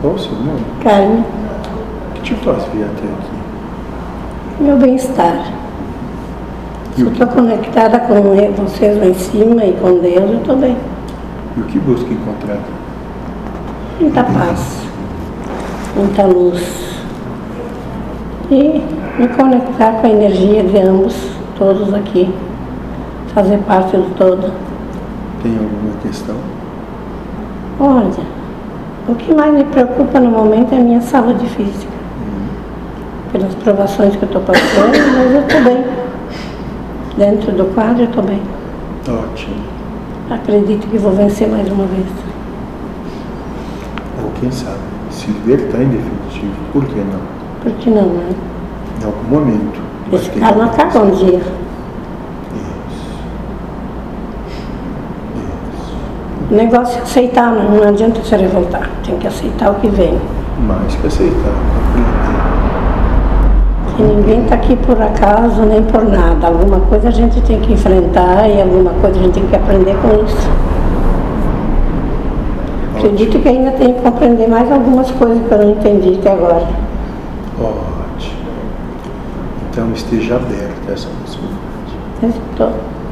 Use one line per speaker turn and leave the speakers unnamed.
Qual o seu nome?
Carmen,
O que te faz vir até aqui?
meu bem-estar. Se eu estou conectada com ele- vocês lá em cima e com Deus, eu estou bem.
E o que busca encontrar aqui?
Muita paz, muita luz. E me conectar com a energia de ambos, todos aqui. Fazer parte do todo.
Tem alguma questão?
Olha, o que mais me preocupa no momento é a minha saúde física. Pelas provações que eu estou passando, mas eu estou bem. Dentro do quadro eu estou bem.
Ótimo.
Acredito que vou vencer mais uma vez.
Ou quem sabe, se libertar em definitivo, por que não?
Por que não, né?
Em algum momento. vai
Esse
ter
karma
que-
acaba um dia. O negócio é aceitar, né? não adianta se revoltar. Tem que aceitar o que vem.
Mais que aceitar, compreender.
E ninguém está aqui por acaso nem por nada. Alguma coisa a gente tem que enfrentar e alguma coisa a gente tem que aprender com isso. Acredito que ainda tenho que compreender mais algumas coisas que eu não entendi até agora.
Ótimo. Então esteja aberta a essa possibilidade.
Mas estou